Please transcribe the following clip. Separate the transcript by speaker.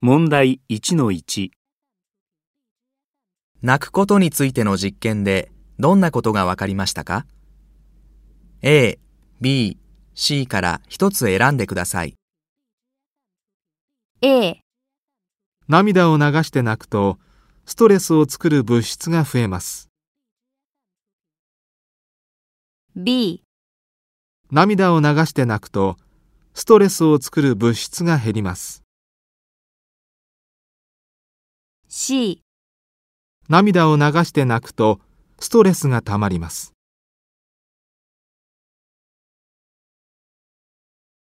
Speaker 1: 問題1-1
Speaker 2: 泣くことについての実験でどんなことがわかりましたか ?A、B、C から一つ選んでください。
Speaker 3: A、
Speaker 4: 涙を流して泣くとストレスを作る物質が増えます。
Speaker 3: B、
Speaker 4: 涙を流して泣くとストレスを作る物質が減ります。
Speaker 3: C。
Speaker 4: 涙を流して泣くとストレスがたまります。